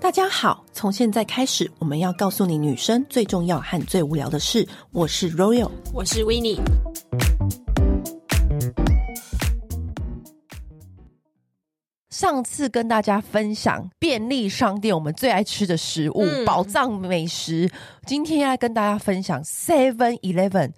大家好，从现在开始，我们要告诉你女生最重要和最无聊的事。我是 Royal，我是 w i n n i e 上次跟大家分享便利商店我们最爱吃的食物、嗯宝藏美食，今天要来跟大家分享 Seven Eleven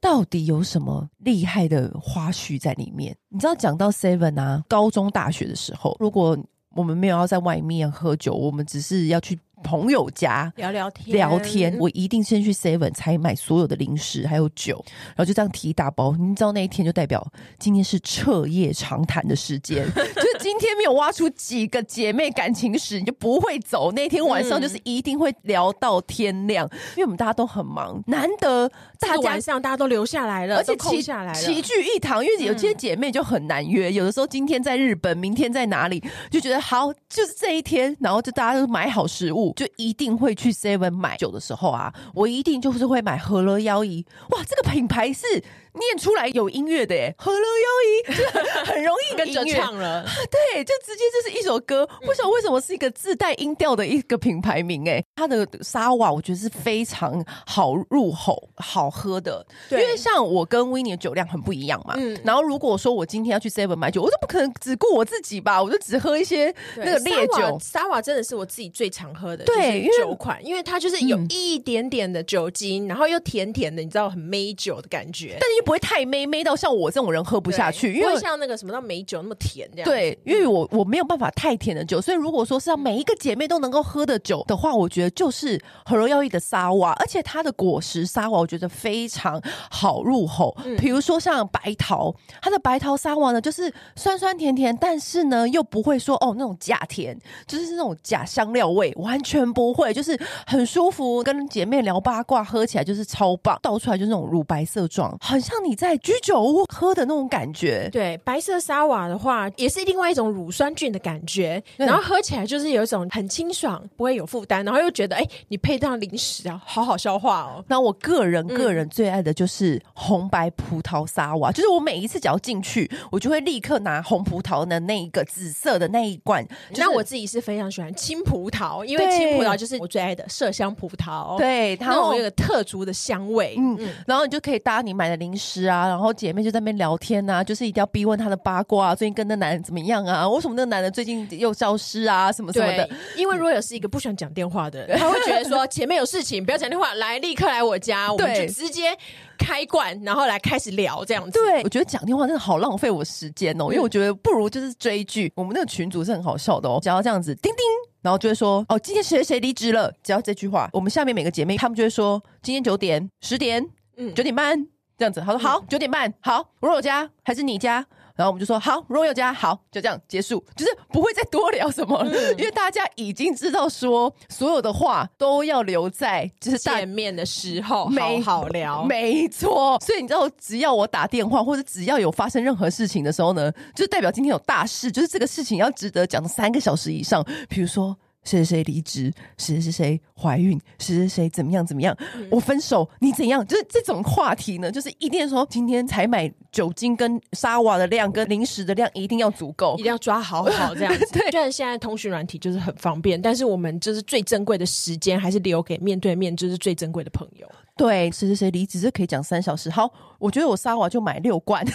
到底有什么厉害的花絮在里面。你知道，讲到 Seven 啊，高中、大学的时候，如果我们没有要在外面喝酒，我们只是要去朋友家，聊聊天，聊天，我一定先去 Seven 才买所有的零食还有酒，然后就这样提一大包。你知道那一天就代表今天是彻夜长谈的时间，就是今天没有挖出几个姐妹感情史，你就不会走。那天晚上就是一定会聊到天亮，因为我们大家都很忙，难得这大个家晚上大家都留下来了，而且都空齐下来了，齐聚一堂，因为有些姐妹就很难约，有的时候今天在日本，明天在哪里，就觉得好就是这一天，然后就大家都买好食物，就一定会去 Seven 买酒的时候啊，我一定就是会买和乐妖怡，哇，这个品牌是念出来有音乐的耶，和乐妖怡就是很容易跟跟着 着唱了， 对，就直接就是一首歌。不嗯晓得为什么是一个自带音调的一个品牌名、哎，它的沙瓦我觉得是非常好入口、好喝的。因对为像我跟维尼的酒量很不一样嘛，嗯然后如果说我今天要去 Seven 买酒，我就不可能只顾我自己吧，我就只喝一些对那个烈沙酒瓦。沙瓦真的是我自己最常喝的，对就是因为酒款，因为它就是有嗯一点点的酒精，然后又甜甜的，你知道很美酒的感觉，但是又不会太妹妹到像我这种人喝不对下去，因不为会像那个什么叫美酒那么甜这样。，对，嗯因为我我没有办法太甜的酒，所以如果说是要每一个姐妹都能够喝的酒的话，我觉得就是和柔要一的沙瓦，而且它的果实沙瓦我觉得非常好入口。嗯比如说像白桃，它的白桃沙瓦呢，就是酸酸甜甜，但是呢又不会说哦那种假甜，就是那种假香料味，完全不会，就是很舒服，跟姐妹聊八卦，喝起来就是超棒，倒出来就是那种乳白色状，很像你在居酒屋喝的那种感觉。对，白色沙瓦的话，也是另外一种乳酸菌的感觉，对然后喝起来就是有一种很清爽，不会有负担，然后又觉得哎、你配到零食啊，好好消化哦。那我个人个嗯人最爱的就是红白葡萄沙瓦，就是我每一次只要进去，我就会立刻拿红葡萄的那一个紫色的那一罐。就是那我自己是非常喜欢青葡萄，因为对青葡萄就是我最爱的麝香葡萄，，对，然它有后一个特殊的香味。嗯，然后你就可以搭你买的零食啊，然后姐妹就在那边聊天啊，就是一定要逼问她的八卦啊，最近跟那男人怎么样啊？为什么那个男人最近又消失啊？什么什么对的。，因为 Royal 是一个不喜欢讲电话 的人，他会觉得说前面有事情不要讲电话，来立刻来我家，我们对就直接开罐，然后来开始聊这样子。对，我觉得讲电话真的好浪费我时间哦，因为我觉得不如就是追剧。我们那个群组是很好笑的哦，只要这样子叮叮，然后就会说哦，今天谁谁谁离职了，只要这句话，我们下面每个姐妹她们就会说今天九点、十点、嗯九点半这样子。她说好，九点半好，我有家还是你家？然后我们就说好，如果有家好，就这样结束，就是不会再多聊什么了，因为大家已经知道说所有的话都要留在就是大见面的时候好没好聊，没错，所以你知道，只要我打电话或者只要有发生任何事情的时候呢，就代表今天有大事，就是这个事情要值得讲三个小时以上。比如说谁谁谁离职，谁谁谁怀孕，谁谁谁怎么样怎么样，我分手，你怎样？就是这种话题呢，就是一定说今天才买酒精跟沙瓦的量跟零食的量一定要足够一。定要抓好好这样 子。对，虽然现在通讯软体就是很方便，但是我们就是最珍贵的时间，还是留给面对面，就是最珍贵的朋友。对，谁谁谁离职这可以讲三小时。好，我觉得我沙瓦就买六罐。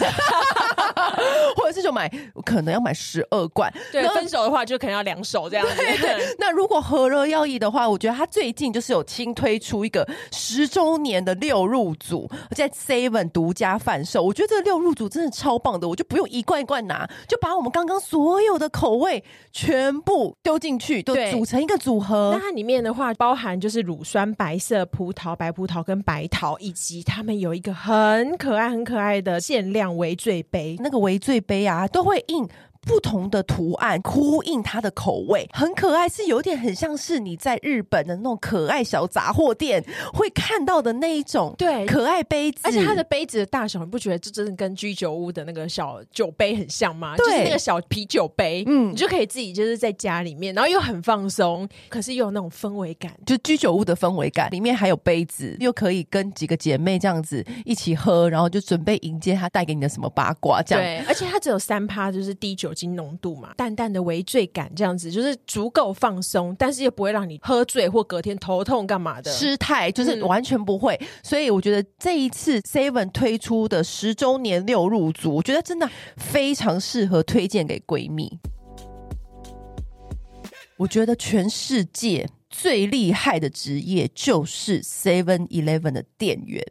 或者是就买，可能要买十二罐，对然，后分手的话就可能要两手这样子。对对，那如果和乐要益的话，我觉得它最近就是有新推出一个十周年的六入组，在 Seven 独家贩售。我觉得这个六入组真的超棒的，我就不用一罐一罐拿，就把我们刚刚所有的口味全部丢进去，就对组成一个组那合。它里面的话包含就是乳酸、白色葡萄、白葡萄跟白桃，以及他们有一个很可爱、很可爱的限量微醉杯。那个围醉杯啊，都会印。不同的图案呼应它的口味，很可爱，是有点很像是你在日本的那种可爱小杂货店会看到的那一种，对可爱杯子，而且它的杯子的大小，你不觉得这真的跟居酒屋的那个小酒杯很像吗？就是对那个小啤酒杯，嗯，嗯你就可以自己就是在家里面，然后又很放松，可是又有那种氛围感。就居酒屋的氛围感，里面还有杯子，又可以跟几个姐妹这样子一起喝，然后就准备迎接她带给你的什么八卦这样。对，而且它只有三趴，就是低酒酒精浓度嘛，淡淡的微醉感这样子，就是足够放松，但是又不会让你喝醉或隔天头痛干嘛的。失态就是嗯完全不会，所以我觉得这一次 Seven 推出的十周年六入组，我觉得真的非常适合推荐给闺蜜。我觉得全世界最厉害的职业就是 Seven Eleven 的店员。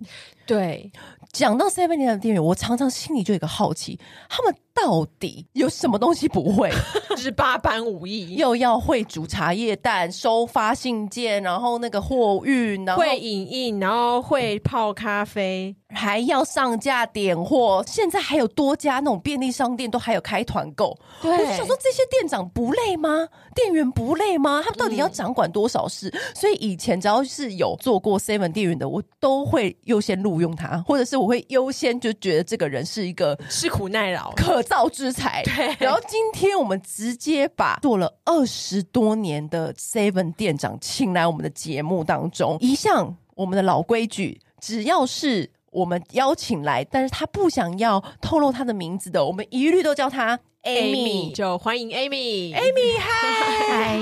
对，讲到 Seven Eleven 的店员，我常常心里就有一个好奇，他们到底有什么东西不 会？就是八般武艺，又要会煮茶叶蛋、收发信件，然后那个货运，然后会影印，然后会泡咖啡，还要上架点货，现在还有多家那种便利商店都还有开团购。我就想说，这些店长不累吗？店员不累吗？他们到底要掌管多少事？所以以前只要是有做过 Seven 店员的，我都会优先录用他，或者是我会优先就觉得这个人是一个吃苦耐劳，可造之才。对然后今天我们直接把做了二十多年的 Seven 店长请来我们的节目当中，一向我们的老规矩，只要是。我们邀请来，但是他不想要透露他的名字的，我们一律都叫他 Amy。就欢迎 Amy。 Amy，嗨，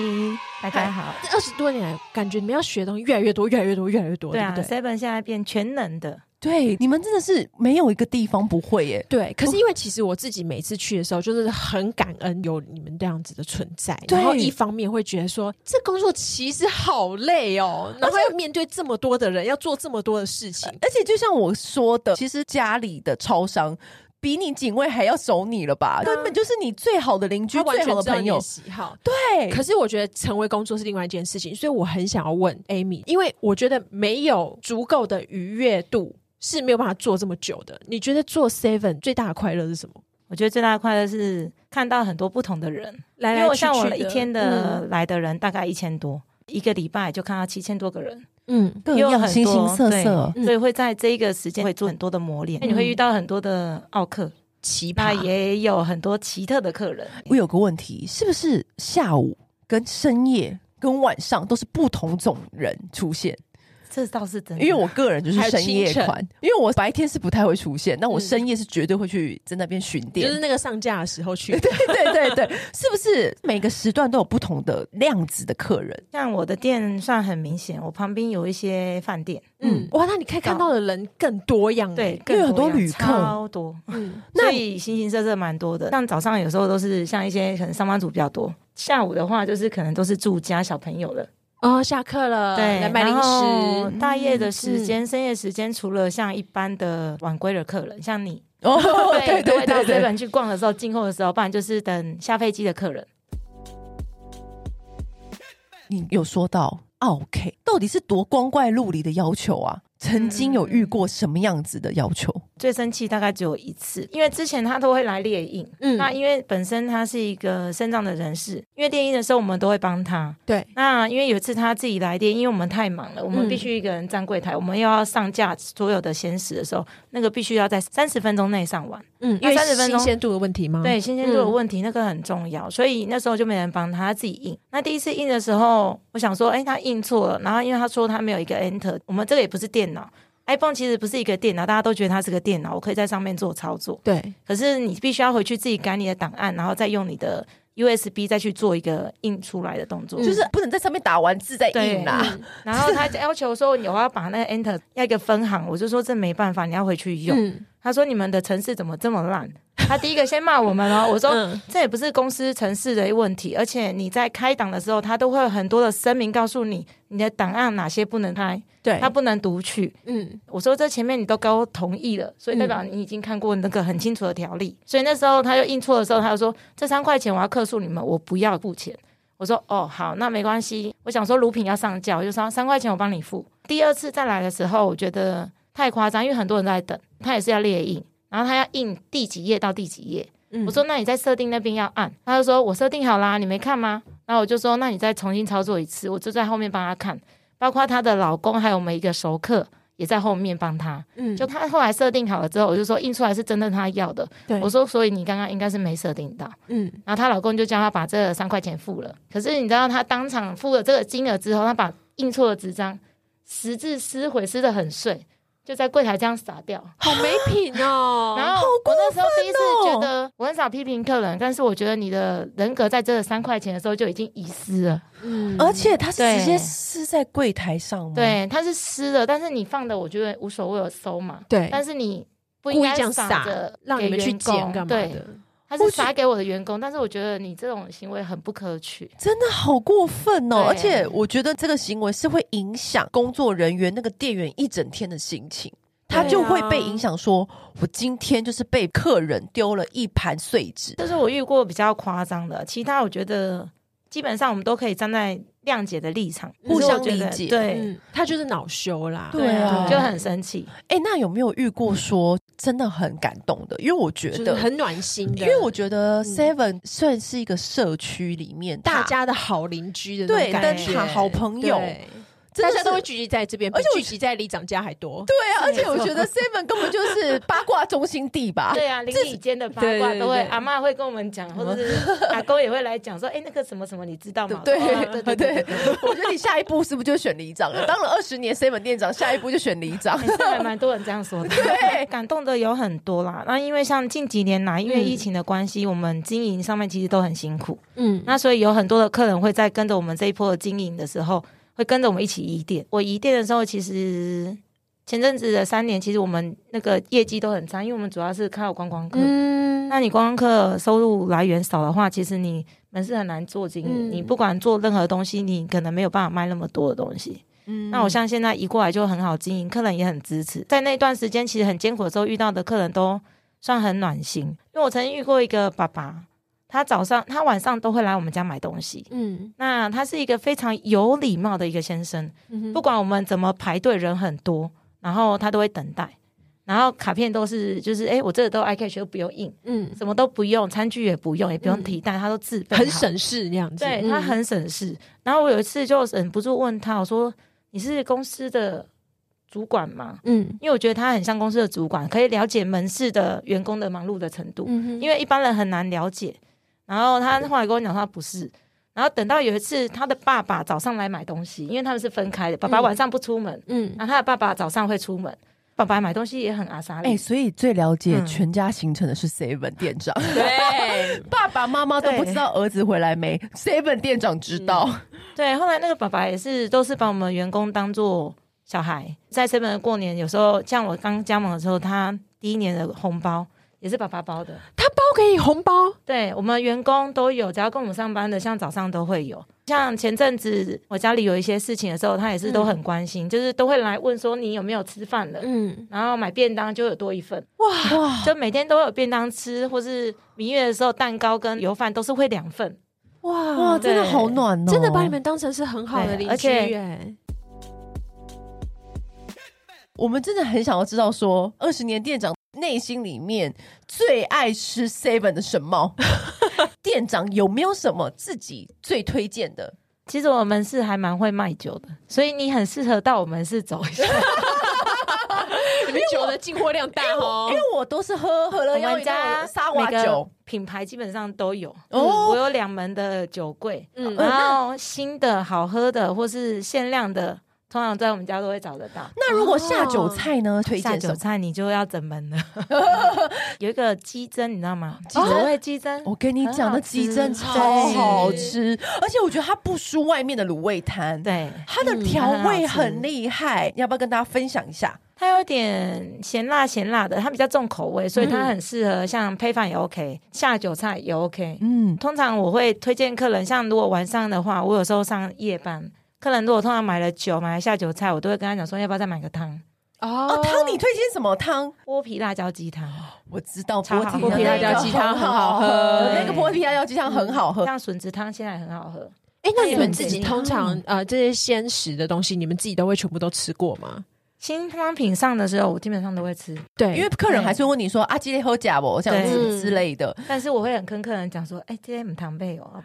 大家好，这二十多年来，感觉你们要学的东西越来越多，越来越多，越来越多，对啊不对？ ，Seven 现在变全能的，对，你们真的是没有一个地方不会耶。对，可是因为其实我自己每次去的时候，就是很感恩有你们这样子的存在。对然后一方面会觉得说，这工作其实好累哦，然后要面对这么多的人，要做这么多的事情。而且就像我说的，其实家里的超商比你警卫还要守你了吧？根本就是你最好的邻居、啊他完最全好的知道朋你的友。喜好，对，可是我觉得成为工作是另外一件事情，所以我很想要问 Amy，因为我觉得没有足够的愉悦度是没有办法做这么久的。你觉得做 Seven 最大的快乐是什么？我觉得最大的快乐是看到很多不同的人，来因为来我去去像的，我一天的嗯来的人大概一千多，一个礼拜就看到七千多个人，嗯，嗯，各也有样很形形多色对色，嗯所以会在这一个时间会做很多的磨练，嗯你会遇到很多的奥客，奇那葩也有很多奇特的客人，我有个问题，是不是下午跟深夜？跟晚上都是不同种人出现，这倒是真的，因为我个人就是深夜还有款，因为我白天是不太会出现，那我嗯深夜是绝对会去在那边巡店。就是那个上架的时候去对 对对对，是不是每个时段都有不同的量子的客人？像我的店算很明显，我旁边有一些饭店，嗯，哇，那你可以看到的人更多样欸，对，因为更很多样旅客超多，嗯，那所以形形色色蛮多的。像早上有时候都是像一些可能上班族比较多，下午的话就是可能都是住家小朋友了，哦，下课了，来买零然后食，大夜的时间、深夜时间，除了像一般的晚归的客人，像你，哦， 对都对会到对这对，本去逛的时候、进货的时候，不然就是等下飞机的客人。你有说到 OK，到底是多光怪陆离的要求啊？曾经有遇过什么样子的要求？最生气大概只有一次，因为之前他都会来猎印，嗯那因为本身他是一个身障的人士，因为猎印的时候我们都会帮他。对，那因为有一次他自己来电，因为我们太忙了，我们嗯必须一个人站柜台，我们又要上架所有的鲜食的时候，那个必须要在三十分钟内上完。嗯，因那为30分新钟鲜度的问题吗？对，新鲜度嗯的问题、那个很重要，所以那时候就没人帮他，他自己印。那第一次印的时候，我想说，哎，他印错了，然后因为他说他没有一个 Enter，我们这个也不是电脑。iPhone 其实不是一个电脑，大家都觉得它是个电脑，我可以在上面做操作。对，可是你必须要回去自己改你的档案，然后再用你的 USB 再去做一个印出来的动作。嗯就是不能在上面打完字再啊对印啦、嗯然后他要求说你要把那个 Enter 要一个分行，我就说这没办法，你要回去用。嗯他说你们的城市怎么这么烂？他第一个先骂我们哦，我说、嗯这也不是公司城市的问题，而且你在开档的时候，他都会有很多的声明告诉你你的档案哪些不能开，对他，不能读取。嗯我说这前面你都跟我同意了，所以代表你已经看过那个很清楚的条例。所以那时候他就印错的时候，他就说这三块钱我要克诉你们，我不要付钱。我说哦好，那没关系。我想说卢品要上架，我就说三块钱我帮你付。第二次再来的时候，我觉得太夸张，因为很多人都在等，他也是要列印，然后他要印第几页到第几页。嗯我说那你在设定那边要按，他就说我设定好啦，你没看吗？然后我就说那你再重新操作一次，我就在后面帮他看，包括她的老公还有我们一个熟客也在后面帮他。嗯就他后来设定好了之后，我就说印出来是真的他要的。对我说所以你刚刚应该是没设定到。嗯然后她老公就叫她把这三块钱付了，可是你知道她当场付了这个金额之后，她把印错的纸张十字撕毁撕的很碎，就在柜台这样撒掉。。好没品哦 然后我那时候第一次觉得，我很少批评客人，但是我觉得你的人格在这三块钱的时候就已经遗失了。嗯而且他是直接对是在柜台上哦吗？，对，它是湿的，但是你放的我觉得无所谓，有收嘛。对但是你不应哎故意该这样撒撒着，让你们去捡干嘛对，的？他我是觉撒给我的员工，但是我觉得你这种行为很不可取。真的好过分哦！对而且我觉得这个行为是会影响工作人员那个店员一整天的心情。啊他就会被影响说，我今天就是被客人丢了一盘碎纸，这是我遇过比较夸张的，其他我觉得基本上我们都可以站在谅解的立场，互相可是我觉得理解对。嗯，他就是恼羞啦。对啊就很生气。哎、那有没有遇过说真的很感动的？因为我觉就是得，很暖心的，因为我觉得嗯 Seven 算是一个社区里面塔大家的好邻居的对那种感觉灯塔好朋友对真大的家都是会聚集在这边，而而且且我聚集在里长家还多。对啊，而且没我错觉得 Seven 根本就是八卦中心地 吧。对啊，邻里间的八对卦对都会，对阿妈会跟我们讲，或者是 阿公也会来讲说，哎，那个什么什么，你知道吗？对哦对对 对，我觉得你下一步是不是就选里长了？当了二十年 Seven 店长，下一步就选里长还。是还哎蛮多人这样说的。对哎感动的有很多啦。那因为像近几年来，因为疫情的关系，我们经营上面其实都很辛苦。嗯，那所以有很多的客人会在跟着我们这一波的经营的时候，会跟着我们一起移店。我移店的时候，其实前阵子的三年，其实我们那个业绩都很差，因为我们主要是靠观光客。嗯那你观光客收入来源少的话，其实你们是很难做经营。嗯你不管做任何东西，你可能没有办法卖那么多的东西。嗯那我像现在移过来就很好经营，客人也很支持。在那段时间其实很艰苦的时候，遇到的客人都算很暖心。因为我曾经遇过一个爸爸，他早上他晚上都会来我们家买东西。嗯，那他是一个非常有礼貌的一个先生，嗯不管我们怎么排队，人很多，然后他都会等待。然后卡片都是就是哎，我这个都 i c a s 都不用印，嗯，什么都不用，餐具也不用，也不用嗯提袋，他都自备好很省事那样子，对嗯他很省事。然后我有一次就忍不住问他，我说：“你是公司的主管吗嗯？”因为我觉得他很像公司的主管，可以了解门市的员工的忙碌的程度，嗯因为一般人很难了解。然后他后来跟我讲，他不是。然后等到有一次，他的爸爸早上来买东西，因为他们是分开的，爸爸嗯晚上不出门，嗯然后他的爸爸早上会出门。爸爸买东西也很阿莎哎、丽，所以最了解嗯全家行程的是 Seven 店长，对，爸爸妈妈都不知道儿子回来没，Seven 店长知道。对，后来那个爸爸也是，都是把我们员工当做小孩。在这边过年，有时候像我刚加盟的时候，他第一年的红包也是爸爸包的。他包给你红包，对我们员工都有，只要跟我们上班的，像早上都会有。像前阵子我家里有一些事情的时候，他也是都很关心，就是都会来问说你有没有吃饭了，嗯，然后买便当就有多一份，哇哇就每天都有便当吃，或是明月的时候蛋糕跟油饭都是会两份。哇哇，真的对好暖哦！真的把你们当成是很好的对邻而居且耶，我们真的很想要知道说，二十年店长内心里面最爱吃 Seven 的什么？店长有没有什么自己最推荐的？其实我们是还蛮会卖酒的，所以你很适合到我们是走一下。你们酒的进货量大哦因，为我都是喝喝我了 要们家沙每瓦个酒，品牌基本上都有。哦我有两门的酒柜，嗯然后新的好喝的或是限量的，通常在我们家都会找得到。那如果下酒菜呢？推下荐什酒么？菜你就要整 门了，有一个鸡胗，你知道吗？鸡胗哦所谓鸡胗，我跟你讲，很好吃那鸡胗超好吃，而且我觉得它不输外面的卤味摊，对，它的调味嗯很好吃很厉害。你要不要跟大家分享一下？它有点咸辣咸辣的，它比较重口味，所以嗯它很适合像配饭也 OK，下酒菜也 OK。嗯，通常我会推荐客人，像如果晚上的话，我有时候上夜班，客人如果通常买了酒、买了下酒菜，我都会跟他讲说，要不要再买个汤，哦，哦汤你推荐什么汤？剥皮辣椒鸡汤。我知道超剥好皮剥皮辣椒鸡汤很好喝那个剥皮辣椒鸡汤很好喝。像笋子汤现在很好喝，哎，那它你也们很自简己单通常呃这些鲜食的东西，你们自己都会全部都吃过吗？新商品上的时候我基本上都会 吃，对因为客人还是会问你说啊，今天喝假不？这样子对之类的。但是我会很跟客人讲说，哎、今天母糖贝哦。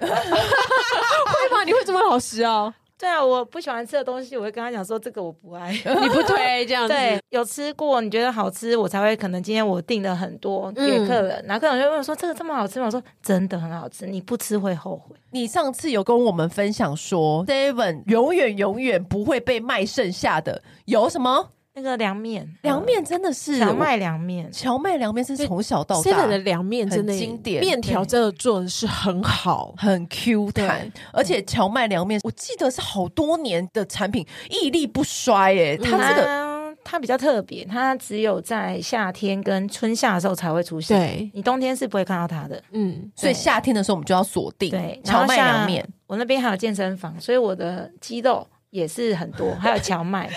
会吗？你会这么老实哦？对啊，我不喜欢吃的东西，我会跟他讲说这个我不 爱。 你不 推这样子？对，有吃过你觉得好吃，我才会可能今天我订了很多给嗯客人，然后客人就问我说这个这么好吃吗？我说真的很好吃，你不吃会后悔。你上次有跟我们分享说，Seven 永远永远不会被卖剩下的有什么？那个凉面，凉面真的是荞麦凉面，荞麦凉面是从小到大 seven 的凉面真的很经典面条真的做的是很好。很 Q 弹对，而且荞麦凉面，我记得是好多年的产品，屹立不衰哎、嗯它这个它它比较特别，它只有在夏天跟春夏的时候才会出现，对，你冬天是不会看到它的。嗯，所以夏天的时候我们就要锁定对，然荞后麦像凉面。我那边还有健身房，所以我的肌肉也是很多，还有荞麦。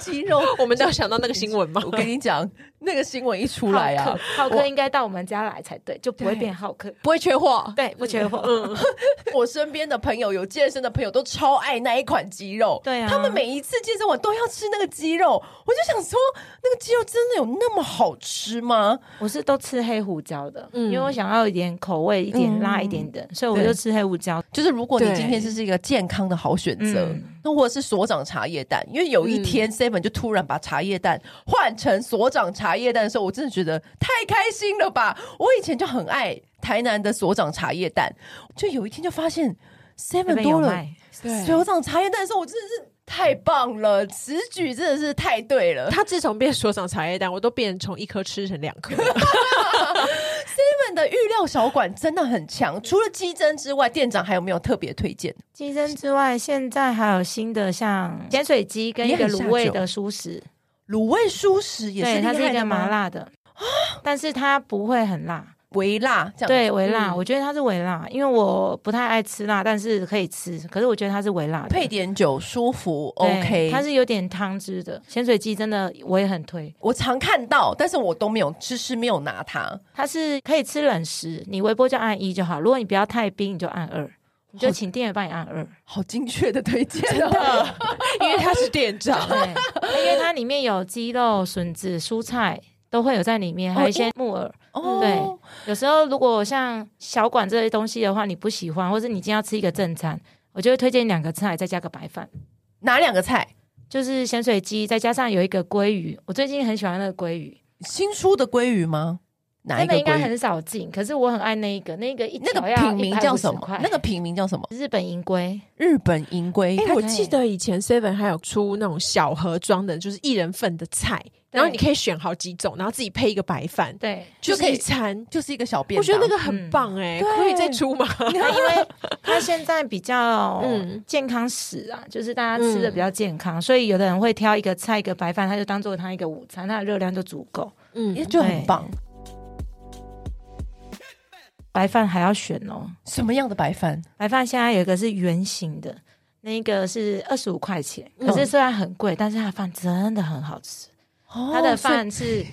肌肉。 我们都有想到那个新闻吗？ 我跟你讲，那个新闻一 出来浩啊克，，浩我克应该到我们家来才对，就不会变浩克。不会缺货。对，不缺货。嗯，我身边的朋友有健身的朋友都超爱那一款鸡肉，对啊他们每一次健身完都要吃那个鸡肉，我就想说，那个鸡肉真的有那么好吃吗？我是都吃黑胡椒的，嗯因为我想要一点口味，一点辣一嗯点的，所以我就吃黑胡椒。就是如果你对今天是一个健康的好选择嗯，那或者是所长茶叶蛋，因为有一天 Seven 就突然把茶叶蛋换成所长茶叶蛋的时候，我真的觉得太开心了吧！我以前就很爱台南的所长茶叶蛋，就有一天就发现那 Seven 边多有了卖， 对所长茶叶蛋的时候，我真的是太棒了，此举真的是太对了。他自从变所长茶叶蛋，我都变从一颗吃成两 颗。 Seven 的预料小馆真的很强，除了鸡胗之外，店长还有没有特别推荐？鸡胗之外，现在还有新的像碱水鸡跟一也个很下卤味酒的素食，卤味蔬食也是对，厉害它的是一个吗麻辣的， 但是它不会很辣。微辣这样子对，微辣，嗯我觉得它是微辣，因为我不太爱吃辣，但是可以吃。可是我觉得它是微辣的，配点酒舒服对，OK。它是有点汤汁的。咸水鸡真的我也很推，我常看到，但是我都没有迟迟没有拿它，它是可以吃冷食，你微波就按一就好。如果你不要太冰，你就按二，你就请店员帮你按二。好精确的推荐哦。因为他是店长。 对，因为它里面有鸡肉、笋子、蔬菜都会有在里面，还有一些木耳。哦嗯对有时候如果像小馆这些东西的话，你不喜欢，或是你今天要吃一个正餐，我就会推荐两个菜，再加个白饭，哪两个菜？就是咸水鸡，再加上有一个鲑鱼。我最近很喜欢那个鲑鱼，新出的鲑鱼吗？哪一真个的应该鲑鱼？很少进，可是我很爱那一个，那一个一那个条要品名叫什150么块？那个品名叫什么？日本 银龟，日本银龟哎、。它我可以记得以前 Seven 还有出那种小盒装的，就是一人份的菜，然后你可以选好几种，然后自己配一个白饭，对。就就是可以一餐。就是一个小便我觉得那当个很棒哎、嗯可以再出吗？它因为它现在比 较嗯健康食啊，就是大家吃的比嗯较健康，所以有的人会挑一个菜一个白饭，他就当做他一个午餐，它的热量就足够。 嗯，也就很棒。白饭还要选哦，什么样的白饭？白饭现在有一个是圆形的，那一个是二十五块钱，嗯可是虽然很贵，但是它的饭真的很好吃，哦它的饭是。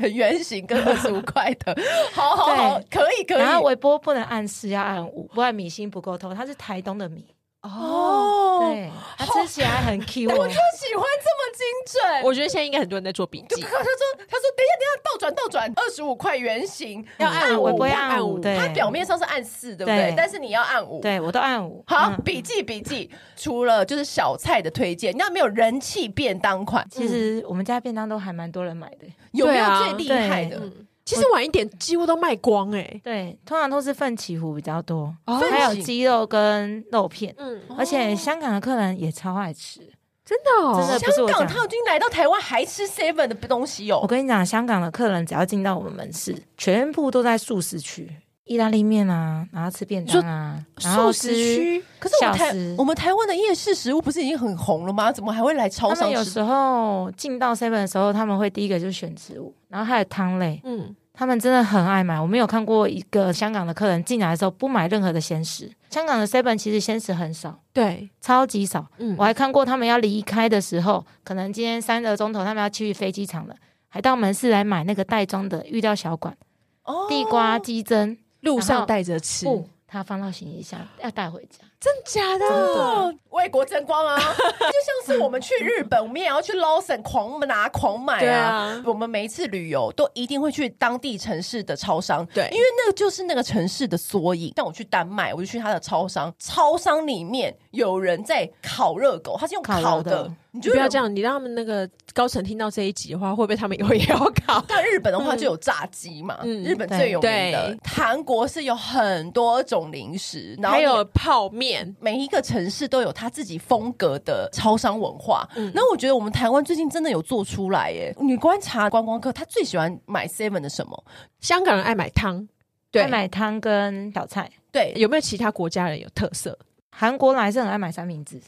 很圆形，跟二十五块的，好好好，可以可以。然后微波不能按四，要按五，不然米心不够透。它是台东的米，哦，哦，对，它吃起来很 Q 我哦就。喜欢这么精嗯准。我觉得现在应该很多人在做笔就记他，说，他说等一下，等一下，倒转倒转，二十五块圆形，要按嗯我五不会，按按五五，对，它表面上是按四，对不对对？但是你要按五。对我都按五。好，嗯笔记笔记。除了就是小菜的推荐，那没有人气便当款，其实我们家便当都还蛮多人买的。有没对有啊最厉害的？嗯，其实晚一点几乎都卖光哎、对，通常都是奋起湖比较多，哦还有鸡肉跟肉片，嗯，哦而且香港的客人也超爱吃。真的哦，真的不是香我港讲他已经来到台湾还吃 seven 的东西我哦，跟你讲，香港的客人只要进到我们门市，全部都在素食区，意大利面啊，然后吃便当啊，然后素食吃。区。可是我们小台吃我们台湾的夜市食物不是已经很红了吗？怎么还会来超他商们有吃？时候进到 seven 的时候，他们会第一个就是选食物，然后还有汤类，嗯，他们真的很爱买。我没有看过一个香港的客人进来的时候不买任何的鲜食。香港的 seven 其实鲜食很少，对，超级少。嗯我还看过他们要离开的时候，可能今天三个钟头他们要去飞机场了，还到门市来买那个袋装的预料小馆、哦地瓜、鸡胗。路然上后哦带着吃，不，他放到行李箱要带回家。真假的？哦，为国争光 啊！就像是我们去日本，我们也要去 Lawson 狂拿狂买对啊。啊我们每一次旅游都一定会去当地城市的超商，对因为那个就是那个城市的缩影。像我去丹麦，我就去它的超商，超商里面有人在烤热狗，它是用烤烤肉的，的你就不要这样。样，你让他们那个高层听到这一集的话，会不会他们以后也要搞？像日本的话就有炸鸡嘛，嗯日本最有名的对。韩国是有很多种零食，然后还你有泡面。每一个城市都有它自己风格的超商文化。嗯那我觉得我们台湾最近真的有做出来耶。你观察观光客，他最喜欢买 Seven 的什么？香港人爱买汤，对爱，买汤跟小菜。对，有没有其他国家人有特色？韩国人还是很爱买三明治，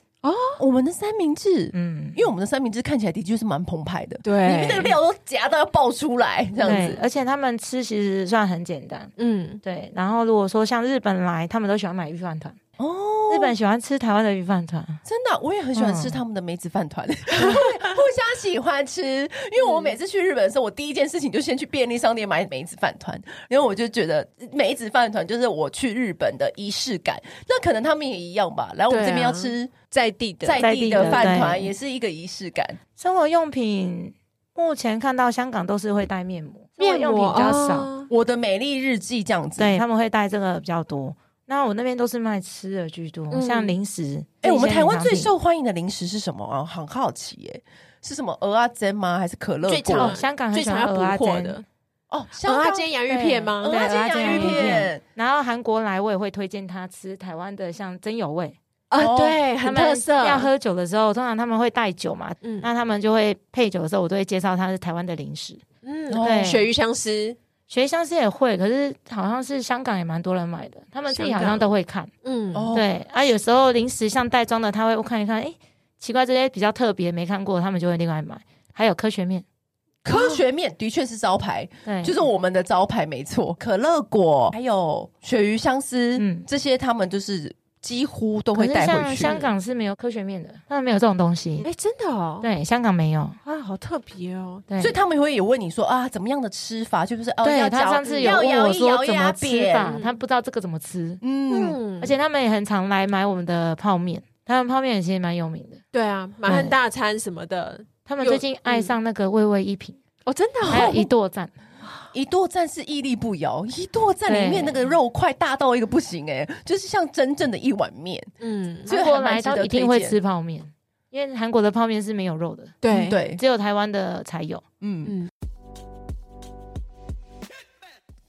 我们的三明治，嗯，因为我们的三明治看起来的确是蛮澎湃的，对里面那个料都夹到要爆出来这样对子，。而且他们吃其实算很简单。嗯，对，然后如果说像日本来，他们都喜欢买鱼饭团，哦日本喜欢吃台湾的鱼饭团，真的，我也很喜欢吃嗯他们的梅子饭团， 互相喜欢吃。因为我每次去日本的时候，我第一件事情就先去便利商店买梅子饭团，然后我就觉得梅子饭团就是我去日本的仪式感。那可能他们也一样吧，来我们这边要吃在地的，在地的饭啊在团，地的也是一个仪式感。生活用品目前看到香港都是会带面膜，面生活用膜品比较少，哦我的美丽日记这样子，对他们会带这个比较多。那我那边都是卖吃的居多，嗯像零食。哎、我们这些台湾零最食受欢迎的零食是什么啊？我很好奇耶、是什么鹅啊煎吗？还是可乐最果？常哦香港很最喜常欢要蚵仔捕获煎的，哦，鹅香啊港煎洋芋片吗？鹅对啊煎鹅啊煎洋芋洋芋片片。然后韩国来，我也会推荐他吃台湾的，像真有味，哦啊，对，他很们特色。要喝酒的时候，通常他们会带酒嘛，嗯那他们就会配酒的时候，我都会介绍它是台湾的零食。嗯，哦对鳕鱼香丝，学香师也会，可是好像是香港也蛮多人买的，他们自己好像都会看。嗯，哦，对啊，有时候零食像袋装的，他会看一看，诶，奇怪，这些比较特别没看过，他们就会另外买。还有科学面，科学面的确是招牌，对，就是我们的招牌，没 错。可乐果还有鳕鱼香丝，嗯这些他们就是几乎都可会是带回像去。香港是没有科学面的，他们没有这种东西。哎，真的哦，对，香港没有。啊，好特别哦，对，所以他们会也问你说啊，怎么样的吃法？就是哦，要对嚼他上次有要问摇我一摇说怎么压吃扁法，他不知道这个怎么吃，嗯，嗯，而且他们也很常来买我们的泡面，他们泡面其实蛮有名的。对啊，满汉大餐什么的，他们最近嗯爱上那个味味一品，哦，真的还有一哦，剁赞，一剁站是屹立不摇，一剁站里对面那个肉块大到一个不行哎、就是像真正的一碗面。嗯，所以韩国还蛮来值到得一定推会荐吃泡面，因为韩国的泡面是没有肉的，对嗯，对，只有台湾的才有。嗯。嗯，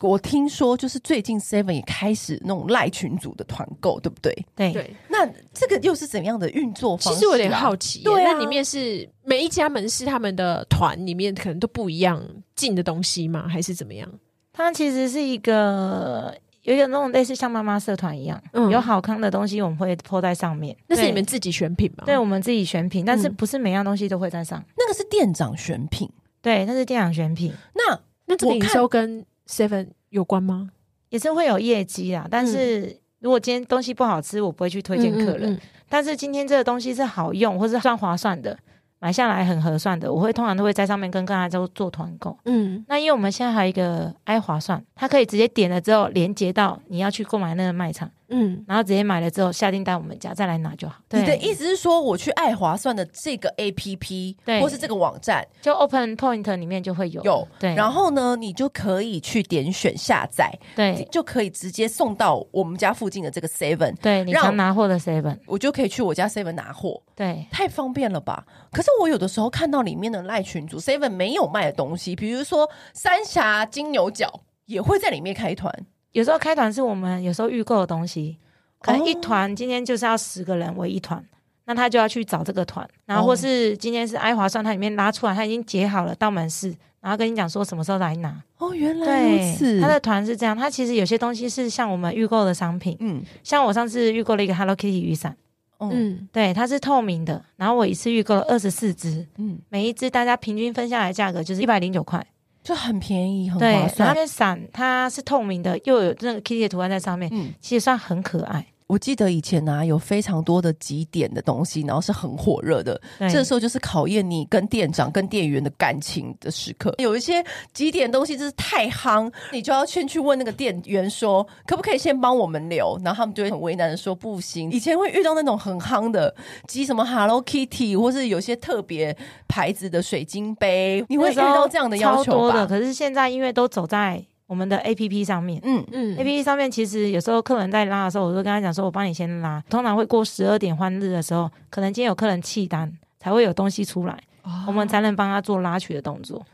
我听说就是最近 Seven 也开始那种赖群组的团购，对不对？对，对。那这个又是怎样的运作方其式、啊？实我有点好奇耶，对啊那里面是每一家门市他们的团里面可能都不一样进的东西吗？还是怎么样？它其实是一个有点那种类似像妈妈社团一样，嗯有好康的东西我们会泼在上面。那是对你们自己选品吗？对我们自己选品，但是嗯不是每样东西都会在上？那个是店长选品。对，那是店长选品。那那这个我营看收跟 Seven 有关吗？也是会有业绩啦，但是如果今天东西不好吃，我不会去推荐客人。嗯，嗯嗯但是今天这个东西是好用或是算划算的，买下来很合算的，我会通常都会在上面跟跟大家做做团购。嗯，那因为我们现在还有一个 i 划算，它可以直接点了之后连接到你要去购买那个卖场，嗯，然后直接买了之后下订单我们家再来拿就好。你的意思思是说，我去爱华算的这个 A P P，对或是这个网站就 Open Point 里面就会有有，对，然后呢，你就可以去点选下载，对就可以直接送到我们家附近的这个 Seven，对你让常拿货的 Seven 我就可以去我家 Seven 拿货。对。太方便了吧？可是我有的时候看到里面的赖群组 Seven 没有卖的东西，比如说三峡金牛角也会在里面开团，有时候开团是我们有时候预购的东西，哦可能一团今天就是要十个人为一团，那他就要去找这个团，然哦后或是今天是爱华算，它里面拉出来，他已经结好了到门市，然后跟你讲说什么时候来拿。哦，原对，他的团是这样，他其实有些东西是像我们预购的商品，嗯像我上次预购了一个 Hello Kitty 雨伞，嗯嗯，对，它是透明的，然后我一次预购了二十四支，嗯，每一支大家平均分下来价格就是一百零九块。就很便宜，很对划，然后算。那伞它是透明的，又有那个 Kitty 的图案在上面，嗯，其实算很可爱。我记得以前啊，有非常多的几点的东西，然后是很火热的。对这时候就是考验你跟店长、跟店员的感情的时刻。有一些几点东西就是太夯，你就要先去问那个店员说，可不可以先帮我们留？然后他们就会很为难的说不行。以前会遇到那种很夯的，集什么 Hello Kitty 或是有些特别牌子的水晶杯，你会遇到这样的要超求多吧的，？可是现在因为都走在我们的 A P P 上面。嗯，嗯 A P P 上面其实有时候客人在拉的时候，我就跟他讲说，我帮你先拉。通常会过十二点换日的时候，哦可啊能今天有客人弃单，才会有东西出来，我们才能帮他做拉取的动作。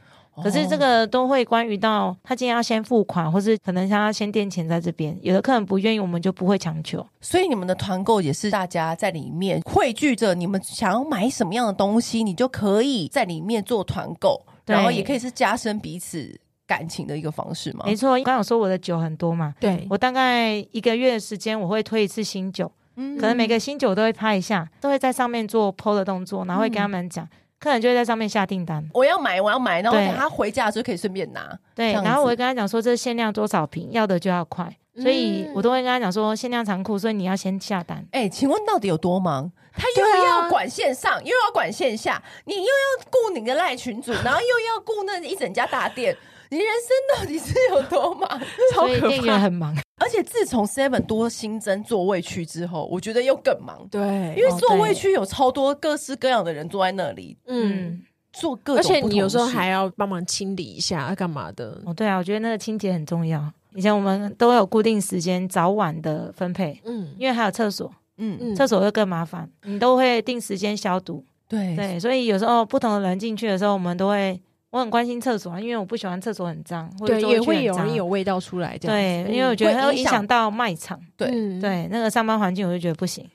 可是这个都会关于到他今天要先付款，或是可能他要先垫钱在这边。有的客人不愿意，我们就不会强求。所以你们的团购也是大家在里面汇聚着你们想要买什么样的东西，你就可以在里面做团购，对然后也可以是加深彼此感情的一个方式嘛。没错，刚刚有说我的酒很多嘛，对，我大概一个月的时间我会推一次新酒，嗯可能每个新酒都会拍一下，都会在上面做 PO 的动作，然后会嗯跟他们讲，客人就会在上面下订单。我要买，我要买，然后对等他回家的时候可以顺便拿。对，这样然后子我会跟他讲说这限量多少瓶，要的就要快，所嗯以我都会跟他讲说限量长裤，所以你要先下单。哎、请问到底有多忙？他对又啊要管线上，又要管线下，你又要顾你的赖群主，然后又要顾那一整家大店，你人生到底是有多忙？超所以可店员怕，很忙， 而且自从 Seven 多新增座位区之后，我觉得又更忙，对，因为哦座位对区有超多各式各样的人坐在那里嗯，嗯，做各种而且不你同有时候的事还要帮忙清理一下，干嘛的？哦，对啊，我觉得那个清洁很重要。以前我们都有固定时间早晚的分配，嗯，因为还有厕所，嗯嗯厕所会更麻烦，你都会定时间消毒。对对，所以有时候不同的人进去的时候，我们都会，我很关心厕所啊，因为我不喜欢厕所很脏，或者对，也座会位区有很人脏有味道出来，这样对，子因为我觉得会嗯它会影影响响到卖场，对嗯，对那个上班环境，我就觉得不行。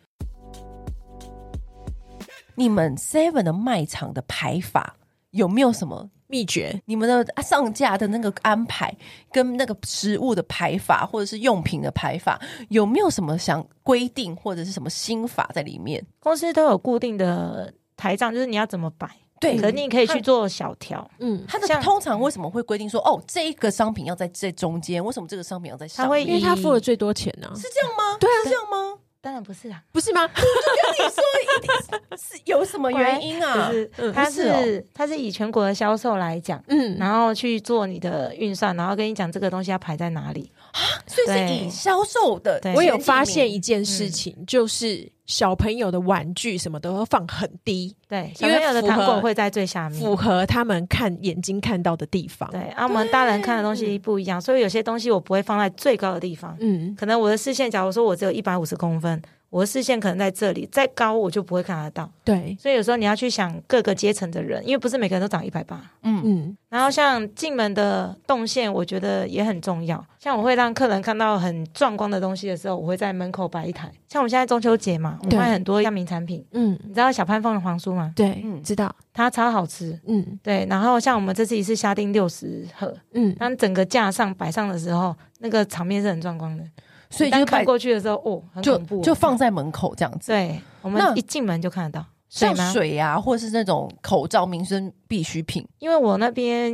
你们 Seven 的卖场的排法有没有什么？秘诀你们的啊上架的那个安排，跟那个食物的排法，或者是用品的排法，有没有什么想规定或者是什么心法在里面？公司都有固定的台账，就是你要怎么摆，对可是你可以它去做小调。嗯，它的像通常为什么会规定说，哦，这一个商品要在这中间，为什么这个商品要在上它会面因为他付了最多钱呢、是这样吗？对啊是这样吗？当然不是啊，不是 吗？是有什么原因啊？就是嗯它不是哦是它是以全国的销售来讲，嗯，然后去做你的运算，然后跟你讲这个东西要排在哪里。所以是对以销售的对，我有发现一一嗯件事情，就是小朋友的玩具什么都会放很低，对，小因为朋友的符合糖果会在最下符面。合他们看眼睛看到的地方。对，啊，我们大人看的东西不一样，所以有些东西我不会放在最高的地方。嗯，可能我的视线，假如说我只有一百五十公分，我的视线可能在这里，再高我就不会看得到。对，所以有时候你要去想各个阶层的人，因为不是每个人都长一百八。嗯，嗯，然后像进门的动线，我觉得也很重要。像我会让客人看到很壮观的东西的时候，我会在门口摆一台。像我们现在中秋节嘛，我对卖很多样名产品。嗯，你知道小潘凤的黄酥吗？对，嗯知道，它超好吃。嗯对，然后像我们这次一次下定六十盒，嗯，当整个架上摆上的时候，那个场面是很壮观的。所以就当是看摆过去的时候，哦，很就恐怖，就放在门口这样子，对，我们那一进门就看得到。像吗？水啊，或是那种口罩、民生必需品，因为我那边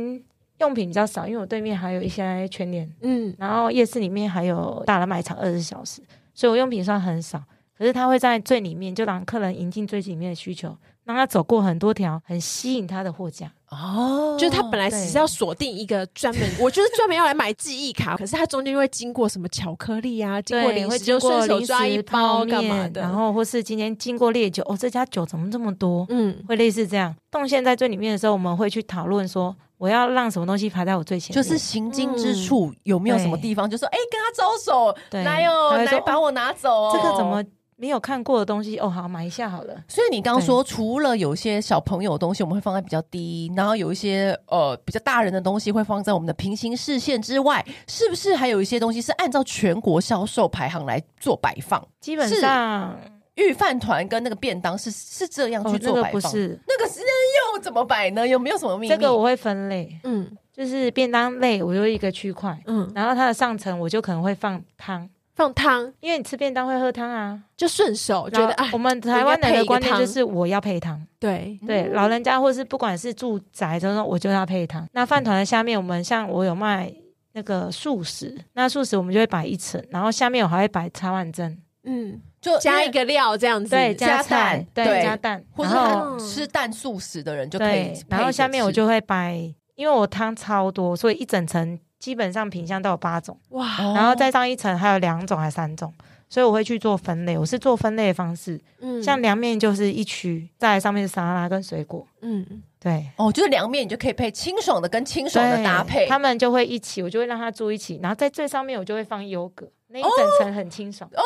用品比较少，因为我对面还有一些全联，嗯然后夜市里面还有大的卖场二十小时，所以我用品算很少。可是他会在最里面，就让客人迎进最里面的需求，让他走过很多条很吸引他的货架。哦就是他本来只是要锁定一个专门，我就是专门要来买记忆卡，可是他中间就会经过什么巧克力啊，经过对零会食就经过顺手零抓一食包泡干嘛面，的，然后或是今天经过烈酒，哦，这家酒怎么这么多？嗯，会类似这样。动线在最里面的时候，我们会去讨论说，我要让什么东西排在我最前就面。是行经之处有没有什么地方，就说哎、跟他招手，嗯对来哦，他会说来把我拿走、哦，这个怎么？没有看过的东西，哦，好买一下好了。所以你刚刚说，除了有些小朋友的东西我们会放在比较低，然后有一些呃比较大人的东西会放在我们的平行视线之外，是不是还有一些东西是按照全国销售排行来做摆放？基本上御饭团跟那个便当是是这样哦去这做个摆不放，是，那个是那又怎么摆呢？有没有什么秘密？这个我会分类，嗯就是便当类，我就一个区块，嗯，然后它的上层我就可能会放汤，放汤因为你吃便当会喝汤啊。就顺手觉得然后啊我，们台湾人的观我应该配一念个汤就是我要配汤，对，对，老人家或是不管是住宅这种，我就要配汤。那饭团的下面，我们像我有卖。那个素食，那素食我们就会摆一层，然后下面我还会摆茶碗蒸，嗯，就加因为一个料这样子，对，加菜，蛋对对，加蛋，或是然后他吃蛋素食的人就可以对，，然后下面我就会摆，因为我汤超多，所以一整层基本上品相都有八种，哇，哦然后再上一层还有两种还三种，所以我会去做分类，我是做分类的方式，嗯像凉面就是一区，再来上面是沙拉跟水果，嗯，对，哦，就是凉面你就可以配清爽的跟清爽的对搭配。他们就会一起，我就会让它住一起，然后在最上面我就会放优格，那一整层很清爽。嗯哦，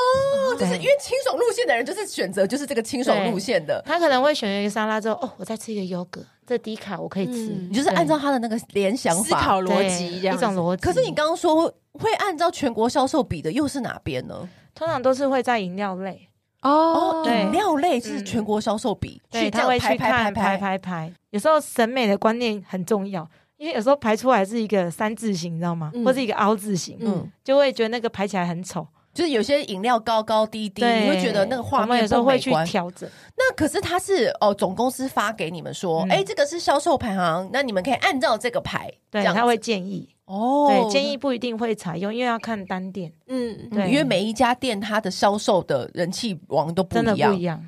就是对因为清爽路线的人就是选择就是这个清爽路线的，他可能会选一个沙拉之后，哦，我再吃一个优格，这低卡我可以吃，嗯你就是对按照他的那个联想思法。考逻对辑这样一子种逻辑。可是你刚刚说会按照全国销售比的又是哪边呢？通常都是会在饮料类，哦，对嗯饮料类是全国销售比，对，去这他样会排去排看排排排。排排。有时候审美的观念很重要，因为有时候排出来是一个三字形，你知道吗？嗯或是一个凹字形，嗯嗯，就会觉得那个排起来很丑。就是有些饮料高高低低，对，你会觉得那个画我们面有时候不美会去观。调整。那可是它是哦，总公司发给你们说，嗯哎、这个是销售排行，那你们可以按照这个排，对，这样他会子建议，哦，对，建议不一定会采用，因为要看单店，嗯嗯，对因为每一家店它的销售的人气王都不真的一不样一，样。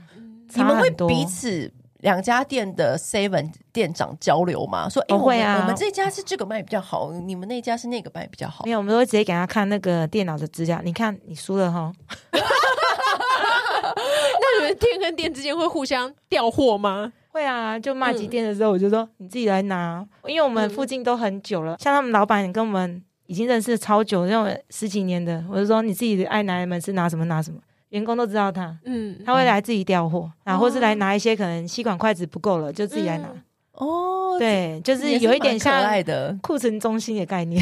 你们差会很多彼此两家店的 Seven 店长交流吗？说，哎、哦会我啊们我们这家是这个卖比较好，你们那家是那个卖比较好没。有，我们都会直接给他看那个电脑的资料。你看，你输了哈。那你们店跟店之间会互相调货吗？会啊，就骂几店的时候，我就说你自己来拿，因为我们附近都很久了，像他们老板跟我们已经认识超久，认为十几年的，我就说你自己爱拿门是拿什么拿什么，员工都知道他，嗯，他会来自己调货，然后或是来拿一些可能吸管筷子不够了，就自己来拿。嗯哦，对，就这是也有一点蛮可爱像的。库存中心的概念。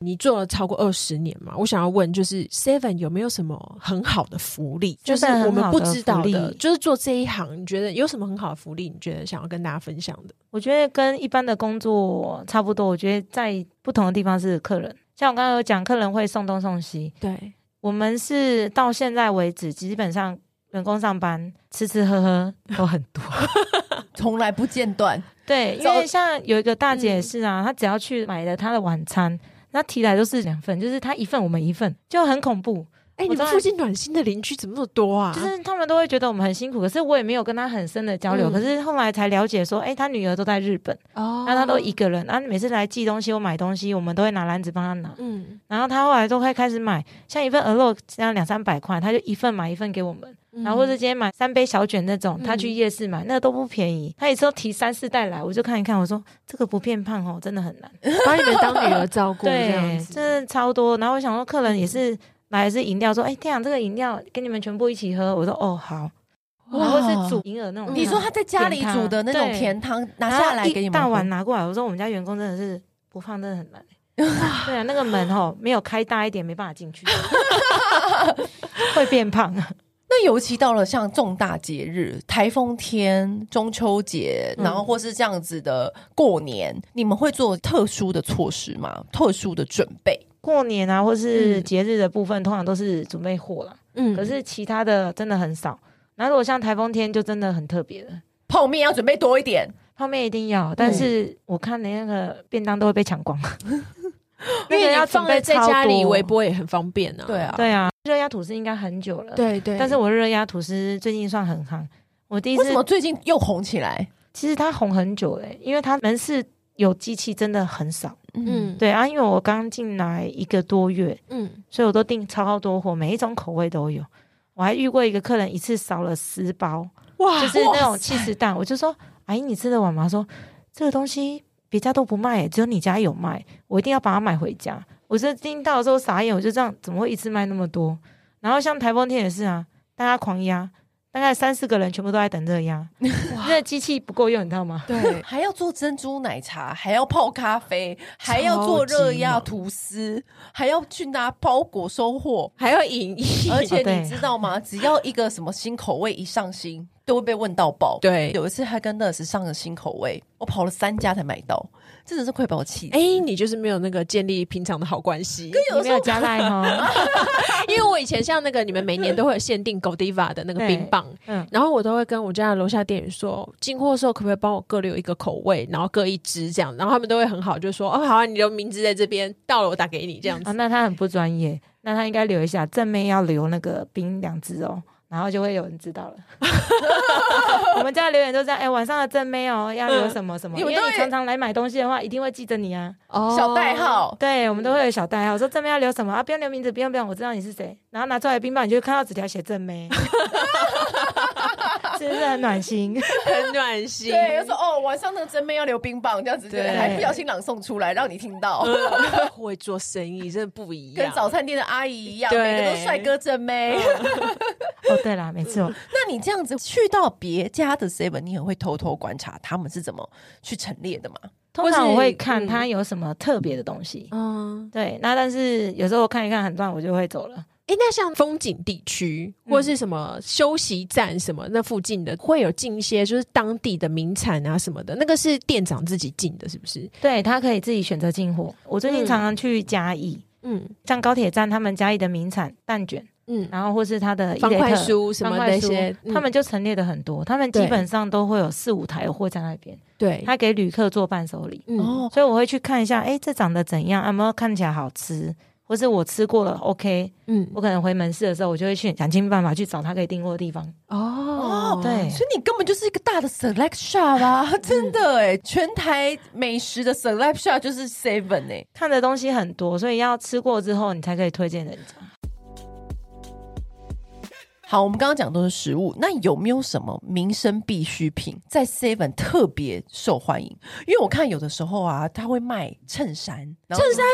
你做了超过二十年嘛？我想要问，就是 Seven 有没有什么很好的福利？就是 Seven 我很们好不的知道福的，利就是做这一行，你觉得有什么很好的福利？你觉得想要跟大家分享的？ 我觉得跟一般的工作差不多，我觉得在不同的地方是客人，像我刚刚有讲，客人会送东送西，对，我们是到现在为止，基本上员工上班吃吃 喝喝都很多。从来不间断，对，因早为像有一个大嗯姐也是啊，她只要去买了她的晚餐，那提来都是两份，就是她一份我们一份，就很恐怖。哎、我你们当然附近暖心的邻居怎么那么多啊？就是他们都会觉得我们很辛苦，可是我也没有跟她很深的交流。嗯可是后来才了解说，哎、她女儿都在日本，哦那她都一个人，那每次来寄东西，我买东西，我们都会拿篮子帮她拿。嗯，然后她后来都会开始买，像一份鹅肉这样两三百块，她就一份买一份给我们。然后或者嗯今天买三杯小卷那种，他去夜市买，那个都不便宜。他有时候提三四袋来，我就看一看，我说这个不变胖哦，真的很难。把你们当女儿照顾这样对，子，真的超多。然后我想说，客人嗯也是来的是饮料，说哎，店长这个饮料跟你们全部一起喝。我说哦好，然后是煮银耳那种。你说他在家里甜汤煮的那种嗯对甜汤拿然后下来给你一们大喝碗拿过来，我说我们家员工真的是不胖真的 很难。对啊，那个门哦没有开大一点，没办法进 去，会变胖。啊那尤其到了像重大节日、台风天、中秋节，嗯然后或是这样子的过年，你们会做特殊的措施吗？特殊的准备？过年啊，或是嗯节日的部分，通常都是准备货啦。嗯可是其他的真的很少。然后如果像台风天，就真的很特别了。泡面要准备多一点，泡面一定要，嗯但是我看连那个便当都会被抢光， 因那个为要你放准备在在家里超多微。波也很方便啊。对啊对啊，热压吐司应该很久了。，对对，但是我热压吐司最近算很夯。我第一次为什么最近又红起来？其实它红很久嘞、因为它门市有机器真的很少。嗯，嗯对啊，因为我刚进来一个多月，嗯，所以我都订超多货，每一种口味都有。我还遇过一个客人一次少了十包，哇就是那哇种气势蛋，我就说：“阿姨，你吃得完吗？”她说这个东西别家都不卖，只有你家有卖，我一定要把它买回家。我这听到的时候傻眼，我就这样，怎么会一次卖那么多？然后像台风天也是啊，大家狂压，大概三四个人全部都在等热压，那机器不够用，你知道吗？对，还要做珍珠奶茶，还要泡咖啡，还要做热压吐司，还要去拿包裹收货。还要影艺，而且哦对你知道吗？只要一个什么新口味一上新，都会被问到爆。 对有一次还跟乐 s 上了新口味，我跑了三家才买到，真的是快把我气死。哎、你就是没有那个建立平常的好关系，你没有加赖哈， 因为我以前像那个你们每年都会有限定 Godiva 的那个冰棒，嗯，然后我都会跟我家的楼下店员说，进货的时候可不可以帮我各留一个口味，然后各一支这样，然后他们都会很好，就说哦好啊，你留名字在这边，到了我 打给你这样子。啊，那他很不专业，那他应该留一下，正妹要留那个冰两只哦，然后就会有人知道了。 我们家留言都这样，哎、晚上的正妹哦，要留什么什嗯么，因为你们都你会常常来买东西的话，一定会记着你啊。哦小代，号，嗯对，我们都会有小代号，说正妹要留什么啊，不用留名字，不用不用，我知道你是谁。然后拿出来的冰棒，你就看到纸条写正妹， 是不是很暖心？ 很暖心。对，就说哦，晚上那个真妹要留冰棒，这样子就对还不小心朗诵出来，让你听到，会做 生意真的不一样，跟早餐店的阿姨一样，对每个都帅哥正妹。哦，对啦，没错，嗯 那你这样子去到别家的 seven，你很会偷偷观察他们是怎么去陈列的吗？通常或是我会看嗯他有什么特别的东西。嗯，对，那但是有时候我看一看很乱，我就会走了。哎，那像风景地区或是什么休息站什么那附近的，会有进一些就是当地的名产啊什么的，那个是店长自己进的，是不是？对他可以自己选择进货。我最近嗯常常去嘉义，嗯像高铁站他们嘉义的名产蛋卷，嗯，然后或是他的伊方雷块特书什么方那块书些，嗯他们就陈列的很多，他们基对本上都会有四五台货在那边，对，他给旅客做伴手礼，嗯哦，所以我会去看一下，哎，这长得怎样，啊有没有看起来好吃，或是我吃过了 OK，嗯我可能回门市的时候，我就会去想尽办法去找他可以订货的地方。哦哦对所以你根本就是一个大的 select shop 啊！真的哎，全台美食的 select shop 就是 seven 哎。看的东西很多，所以要吃过之后，你才可以推荐人家。好，我们刚刚讲都是食物，那有没有什么民生必需品在 seven 特别受欢迎？因为我看有的时候啊，他会卖衬衫，然后衬衫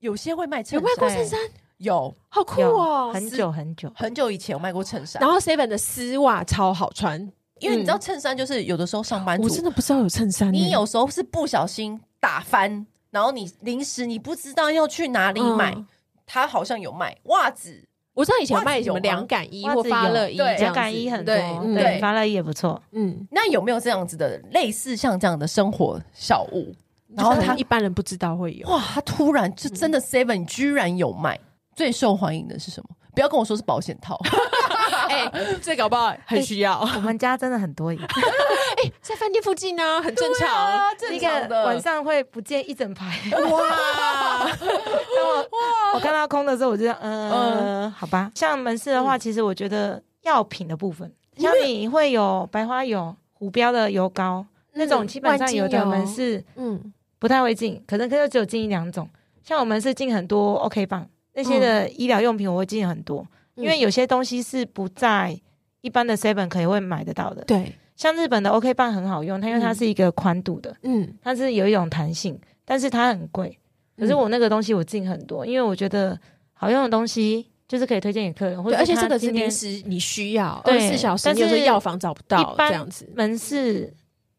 有些会卖衬有衫，卖过衬衫，有好酷有哦！很久很久，很久以前有卖过衬衫然，后 Seven 的丝袜超好穿，因为你知道衬衫就是有的时候上班我族，真的不知道有衬衫欸，你有时候是不小心打翻，然后你临时你不知道要去哪里买，嗯他好像有卖袜子，我知道以前有卖什么袜子有吗凉感衣袜或子发有热衣这对样子，凉小感衣很多，对嗯对，发热衣也不错。 嗯，那有没有这样子的类似像这样的生活小物？然后可能他一般人不知道会 有，嗯哇，他突然就真的 Seven 居然有卖，最受欢迎的是什么？不要跟我说是保险套，哎，这搞不好很需要。 我们家真的很 多耶，在饭店附近呢、很正常。啊，正那常个的晚上会不见一整 排。 哇，我看到空的时候，我就这样，嗯，好吧。像门市的话，其实我觉得药品的部分，像你会有白花油、虎标的油膏那种，基本上有的门是市嗯不太会进，可能可能只有进一两种。像我们是进很多 OK 棒那些的医疗用品，我会进很多，嗯因为有些东西是不在一般的 Seven 可以会买得到的。对，像日本的 OK 棒很好用，它因为它是一个宽度的，嗯，它是有一种弹性，但是它很贵。可是我那个东西我进很多，因为我觉得好用的东西就是可以推荐给客人，或对，者而且他这个是今天临时你需要，二对十四小时，但你有时候是药房找不到一这般样子，门市，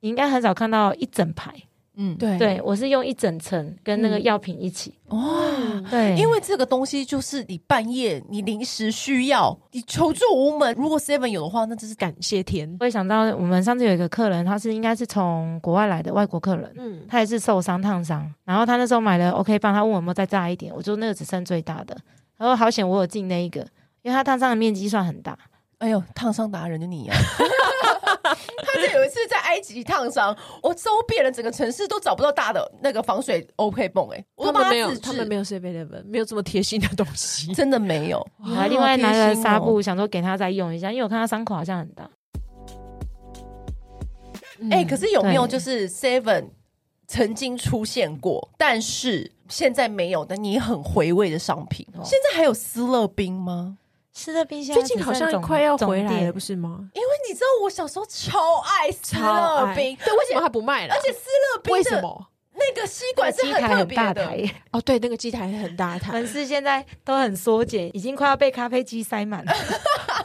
你应该很少看到一整排。嗯，对对我是用一整层跟那个嗯药品一起，哇。对，因为这个东西就是你半夜你临时需要，你求助无门。如果 Seven 有的话，那真是感谢天，嗯我也想到我们上次有一个客人，他是应该是从国外来的外国客人。嗯，他也是受伤烫伤，然后他那时候买了 OK 棒，他问我有没有再大一点，我就那个只剩最大的，他说好险我有进那一个，因为他烫伤的面积算很大，哎呦，烫伤达人就你啊！ 他就有一次在埃及烫伤，我周遍了整个城市都找不到大的那个防水 OK 泵、哎，我他都帮们没有，自制他们没有 seven eleven，没有这么贴心的东西。真的没有。我你还好另外拿贴了心哦纱布，想说给他再用一下，因为我看他伤口好像很大。嗯哎、可是有没有对就是 Seven 曾经出现过，但是现在没有的，你很回味的商品？哦现在还有斯乐冰吗？是的冰箱最近好像快要回来了，不是吗？因为你知道我小时候超爱斯超乐爱冰，对，为什么而他不且卖了？而且斯乐为冰什的么？那个吸管是机很台特很别大的台，，哦，对，那个机台很大台，门市现在都很缩减，已经快要被咖啡机塞满了。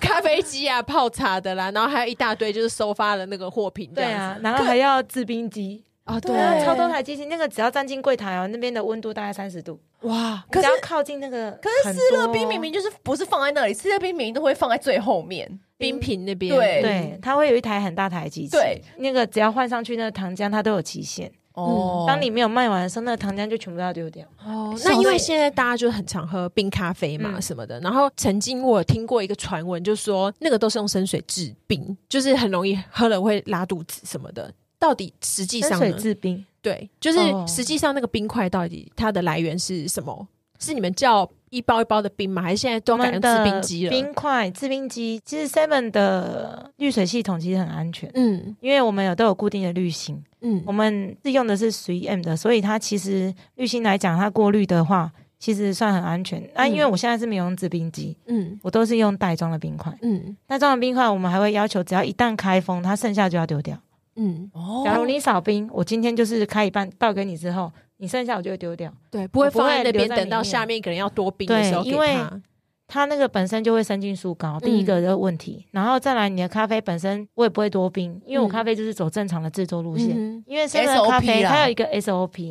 咖啡机啊、泡茶的啦，然后还有一大堆就是收发的那个货品，对啊，，然后还要制冰机，啊，对对啊，超多台机器，那个只要站进柜台哦，那边的温度大概三十度，哇，可只是要靠近那个，可是斯乐冰明明就是不是放在那里，斯乐冰明明都会放在最后面。冰瓶那边，对对，它会有一台很大台的机器，对，那个只要换上去，那个糖浆它都有期限。哦当你没有卖完的时候，那个糖浆就全部都要丢掉。嗯哦，小那因为时现在大家就很常喝冰咖啡嘛嗯什么的，然后曾经我有听过一个传闻，就说那个都是用生水治病，就是很容易喝了会拉肚子什么的。到底实际深上水呢？制冰，对，就是哦实际上那个冰块到底它的来源是什么？是你们叫一包一包的冰吗？还是现在都改成制冰机了？冰块、制冰机，其实 Seven 的滤水系统其实很安全，嗯因为我们有都有固定的滤芯，嗯我们是用的是十一 M 的，所以它其实滤芯来讲，它过滤的话其实算很安全。那、嗯因为我现在是没有用制冰机，嗯我都是用袋装的冰块。嗯袋装的冰块，我们还会要求，只要一旦开封，它剩下就要丢掉。嗯，哦假如你少冰，我今天就是开一半倒给你之后，你剩下我就会丢掉。对，不会放在我不会那边留在里等到面下面一个人要多冰的时候给对因为他。它那个本身就会生菌素高，第一个的问题，然后再来你的咖啡本身我也不会多冰，因为我嗯咖啡就是走正常的制作路线，嗯因为 seven 的咖 SOP 啡啦它有一个SOP，、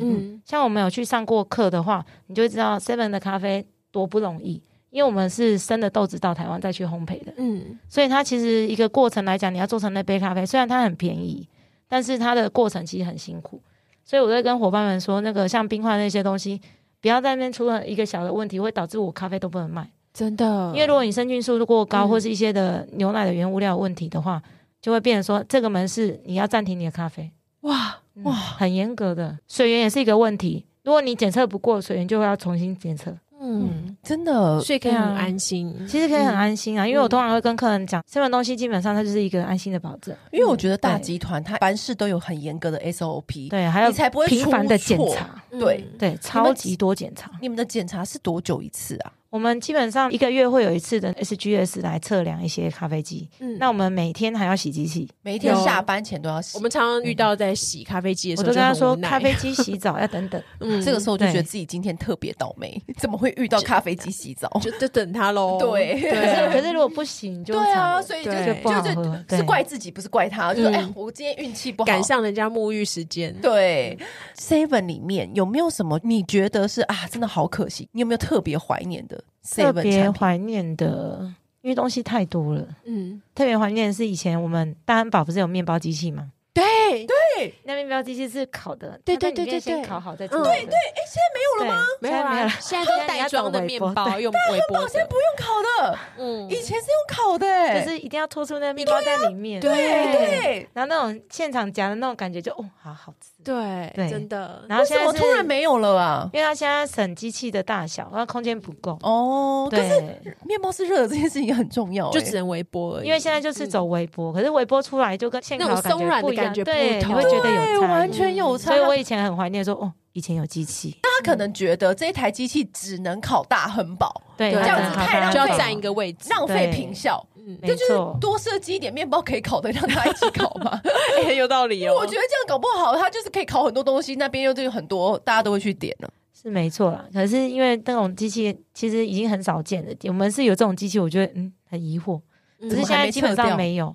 哼 嗯像我们有去上过课的话，你就会知道 seven 的咖啡多不容易，因为我们是生的豆子到台湾再去烘焙的，嗯所以它其实一个过程来讲，你要做成那杯咖啡，虽然它很便宜，但是它的过程其实很辛苦。所以我在跟伙伴们说，那个像冰块那些东西，不要在那边出了一个小的问题，会导致我咖啡都不能卖。真的，因为如果你生菌数过高，嗯或是一些的牛奶的原物料有问题的话，就会变成说这个门市你要暂停你的咖啡，哇哇，很严格的。水源也是一个问题，如果你检测不过，水源就会要重新检测。嗯，真的所以可以很对啊安心。其实可以很安心啊，因为嗯我通常会跟客人讲，这份东西基本上它就是一个安心的保证。嗯因为我觉得大对集团它凡事都有很严格的 SOP，对，还有你才不会频繁出的检错查，对嗯对，超级多检查。你们的检查是多久一次啊？我们基本上一个月会有一次的 SGS 来测量一些咖啡机，嗯那我们每天还要洗机器。每一天有下班前都要洗。我们常常遇到在洗咖啡机的时我候，都跟就他很说无，奈咖啡，机洗澡要等等。嗯这个时候就觉得对自己今天特别倒霉， 怎么会遇到咖啡机洗澡？就就等他喽。对可是 可对，啊是如果不行，就 对啊，惨了所以就对是就不就好是喝，是对怪自己，不是怪他，就是嗯哎呀，我今天运气不好，赶上人家沐浴时间。嗯对，Seven 里面有没有什么你觉得是啊，真的好可惜？你有没有特别怀念的特 Seven 别产品？怀念的，因为东西太多了。嗯，特别怀念的是以前我们大汉堡不是有面包机器吗？对对，那面包机器是烤的，对它在对对里面对对先烤好再嗯做的。对对，哎，现在没有了吗？没有没啦，有了。现在都袋装的面包用微波现在的，不用烤的，嗯以前是用烤的、欸，就是一定要拖出那个面包在里面。对对。然后那种现场夹的那种感觉就，哦，好好吃。对，对真的，然后为现什么在是突然，没有了啊？因为它现在省机器的大小，它空间不够。哦，但是对，面包是热的这件事情很重要、欸，就只能微波而已。因为现在嗯就是走微波，可是微波出来就跟现烤那种松软的不一样感觉不对，你同会觉得对有差异。完全有差。所以我以前很怀念说，哦，以前有 机器，他可能觉得这一台机器只能烤大亨堡，对，对啊这样子很好太浪搭就要费档占一个位置，浪费对平效。嗯，没错，多设计一点面包可以烤的，让他一起烤 嘛。哎 很有道理哦。我觉得这样搞不好，他就是可以烤很多东西，那边又就有很多，大家都会去点了。是没错啦。可是因为那种机器其实已经很少见了，我们是有这种机器，我觉得嗯很疑惑，嗯只是现在基本上没有，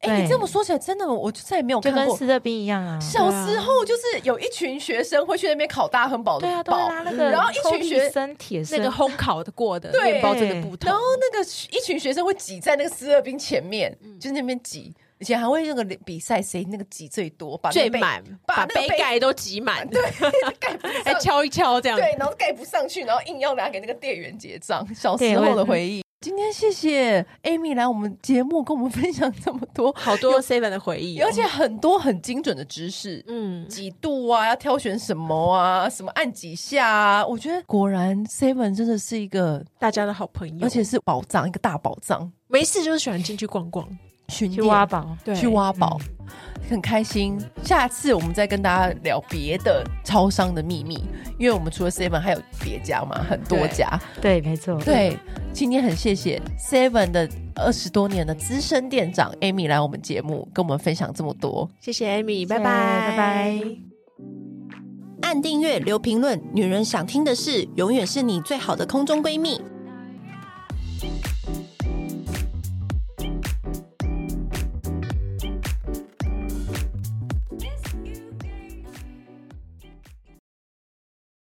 哎、你对这么说起来，真的，我就再也没有就看跟过。湿热冰一样啊。小时候就是有一群学生会去那边烤大亨堡的对啊，都会堡，拉那个，然后一群学生铁那生个烘烤的过的对面包真的不同然后，那个一群学生会挤在那个斯乐冰前面，嗯就那边挤，以前还会那个比赛谁那个挤最多，把那最个杯满，把把那个杯盖都挤满，对，盖不还哎上，敲一敲这样。对，然后盖不上去，然后硬要拿给那个店员结账。小对时我也候的回忆。今天谢谢 Amy 来我们节目跟我们分享这么多，好多 seven 的回忆哦，而且很多很精准的知识，嗯，几度啊，要挑选什么啊，什么按几下啊。我觉得果然 Seven 真的是一个，大家的好朋友，而且是宝藏，一个大宝藏。没事就是喜欢进去逛逛，巡去店挖宝。嗯对去挖宝，很开心。下次我们再跟大家聊别的超商的秘密，因为我们除了 Seven 还有别家嘛，很多对家。对，没错，对，今天很谢谢 Seven 的二十多年的资深店长 Amy 来我们节目，跟我们分享这么多。谢谢 Amy，拜拜拜，拜拜。按订阅，留评论，女人想听的事，永远是你最好的空中闺蜜。